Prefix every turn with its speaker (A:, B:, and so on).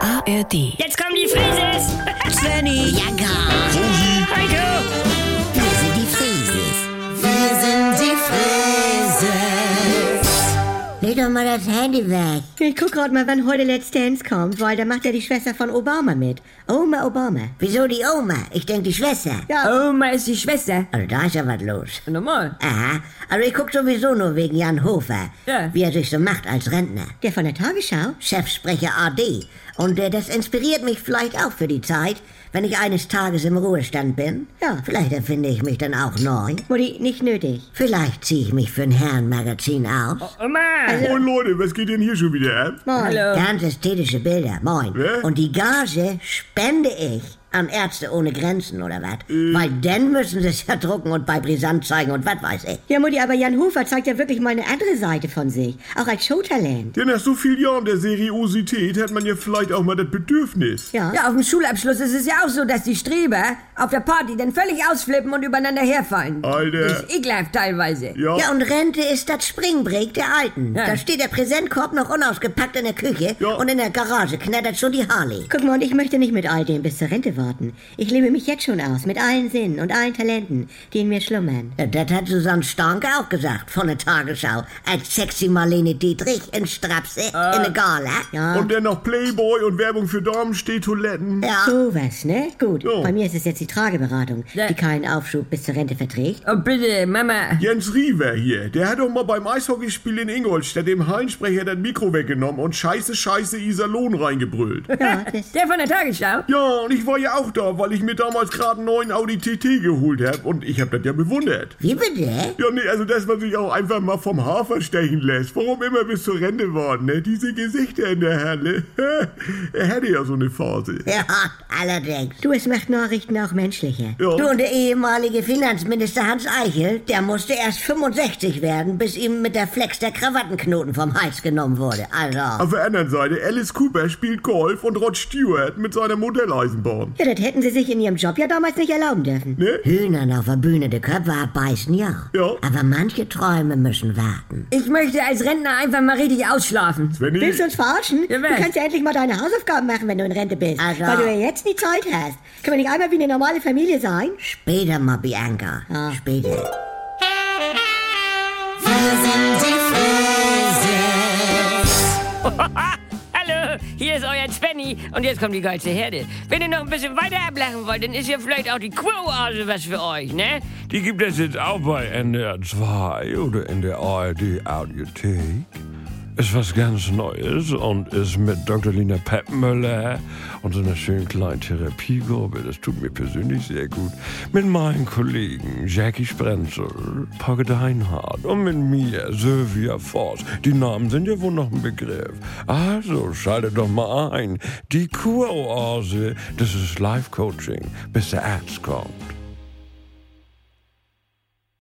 A: ARD.
B: Jetzt kommen die Frises!
C: Svenny,
D: Ja, gar.
B: Heiko!
D: Wir sind die Frieses. Wir sind die Frieses. Leg doch mal das Handy weg.
C: ich guck grad mal, wann heute Let's Dance kommt, weil da macht ja die Schwester von Obama mit. Oma Obama.
D: Wieso die Oma? Ich denk die Schwester.
C: Ja. Oma ist die Schwester.
D: Also da ist ja was los.
C: Normal.
D: Aha. Also ich guck sowieso nur wegen Jan Hofer.
C: Ja.
D: Wie er sich so macht als Rentner.
C: Der von der Tagesschau?
D: Chefsprecher AD. Und äh, das inspiriert mich vielleicht auch für die Zeit, wenn ich eines Tages im Ruhestand bin.
C: Ja.
D: Vielleicht erfinde ich mich dann auch neu.
C: Mutti, nicht nötig.
D: Vielleicht ziehe ich mich für ein Herrenmagazin aus.
B: Oma!
E: Moin Oh, Leute, was geht denn hier schon wieder ab?
C: Moin.
D: Ganz ästhetische Bilder, moin.
E: Hä?
D: Und die Gage spende ich an Ärzte ohne Grenzen oder was? Weil dann müssen sie es ja drucken und bei Brisant zeigen und was weiß ich.
C: Ja, Mutti, aber Jan Hofer zeigt ja wirklich mal eine andere Seite von sich. Auch als Showtalent.
E: Denn nach so vielen Jahren der Seriosität hat man ja vielleicht auch mal das Bedürfnis.
C: Ja.
F: Ja, auf dem Schulabschluss ist es ja auch so, dass die Streber auf der Party dann völlig ausflippen und übereinander herfallen.
E: Alter.
F: Ist ekelhaft teilweise.
E: Ja.
D: Ja, und Rente ist das Springbreak der Alten. Da steht der Präsentkorb noch unausgepackt in der Küche
E: Ja.
D: und in der Garage knattert schon die Harley.
C: Guck mal, und ich möchte nicht mit all dem bis zur Rente warten. Ich lebe mich jetzt schon aus, mit allen Sinnen und allen Talenten, die in mir schlummern.
D: Ja, Das hat Susanne Stanke auch gesagt von der Tagesschau, als sexy Marlene Dietrich in Strapse
E: Äh.
D: in der Gala.
C: Ja,
E: Und dann noch Playboy und Werbung für Damen steht Toiletten.
D: Ja.
C: sowas, ne? Gut,
E: Ja.
C: bei mir ist es jetzt die Trageberatung,
F: Ja.
C: die keinen Aufschub bis zur Rente verträgt.
F: Oh, bitte, Mama.
E: Jens Riewer hier, der hat doch mal beim Eishockeyspiel in Ingolstadt dem Hallensprecher das Mikro weggenommen und scheiße, scheiße Iserlohn reingebrüllt.
C: Ja, das,
F: Der von der Tagesschau?
E: Ja, und ich war ja auch da, weil ich mir damals gerade einen neuen Audi TT geholt hab und ich hab das ja bewundert.
D: Wie bitte?
E: Ja, nee, also dass man sich auch einfach mal vom Hafer stechen lässt. Warum immer bis zur Rente warten, ne? Diese Gesichter in der Halle. er hätte ja so eine Phase.
D: Ja, allerdings.
C: du, es macht Nachrichten auch menschlicher.
E: Ja.
D: Du und der ehemalige Finanzminister Hans Eichel, der musste erst 65 werden, bis ihm mit der Flex der Krawattenknoten vom Hals genommen wurde. Also,
E: Auf der anderen Seite, Alice Cooper spielt Golf und Rod Stewart mit seiner Modelleisenbahn.
C: Ja, das hätten sie sich in ihrem Job ja damals nicht erlauben dürfen.
E: Ne?
D: Hühnern auf der Bühne die Köpfe abbeißen, ja.
E: Ja.
D: Aber manche Träume müssen warten.
F: Ich möchte als Rentner einfach mal richtig ausschlafen.
E: Svenny?
C: Willst du uns verarschen?
F: Ja,
C: du
F: was?
C: kannst ja endlich mal deine Hausaufgaben machen, wenn du in Rente bist.
D: Also.
C: Weil du ja jetzt die Zeit hast. Können wir nicht einmal wie eine normale Familie sein? Ah.
D: Später mal, Bianca.
C: Ja.
D: Später.
B: Hallo, hier ist euer Svenny und jetzt kommt die geilste Herde. Wenn ihr noch ein bisschen weiter ablachen wollt, dann ist ja vielleicht auch die Quo-Oase was für euch, ne?
G: Die gibt es jetzt auch bei NDR 2 oder in der ARD Audiothek. Ist was ganz Neues und ist mit Dr. Lina Peppmüller und so einer schönen kleinen Therapiegruppe, das tut mir persönlich sehr gut, mit meinen Kollegen Jackie Sprenzel, Pogge Deinhardt und mit mir Sylvia Voss. Die Namen sind ja wohl noch ein Begriff. Also schaltet doch mal ein. Die Kuroase, das ist Life Coaching, bis der Arzt kommt.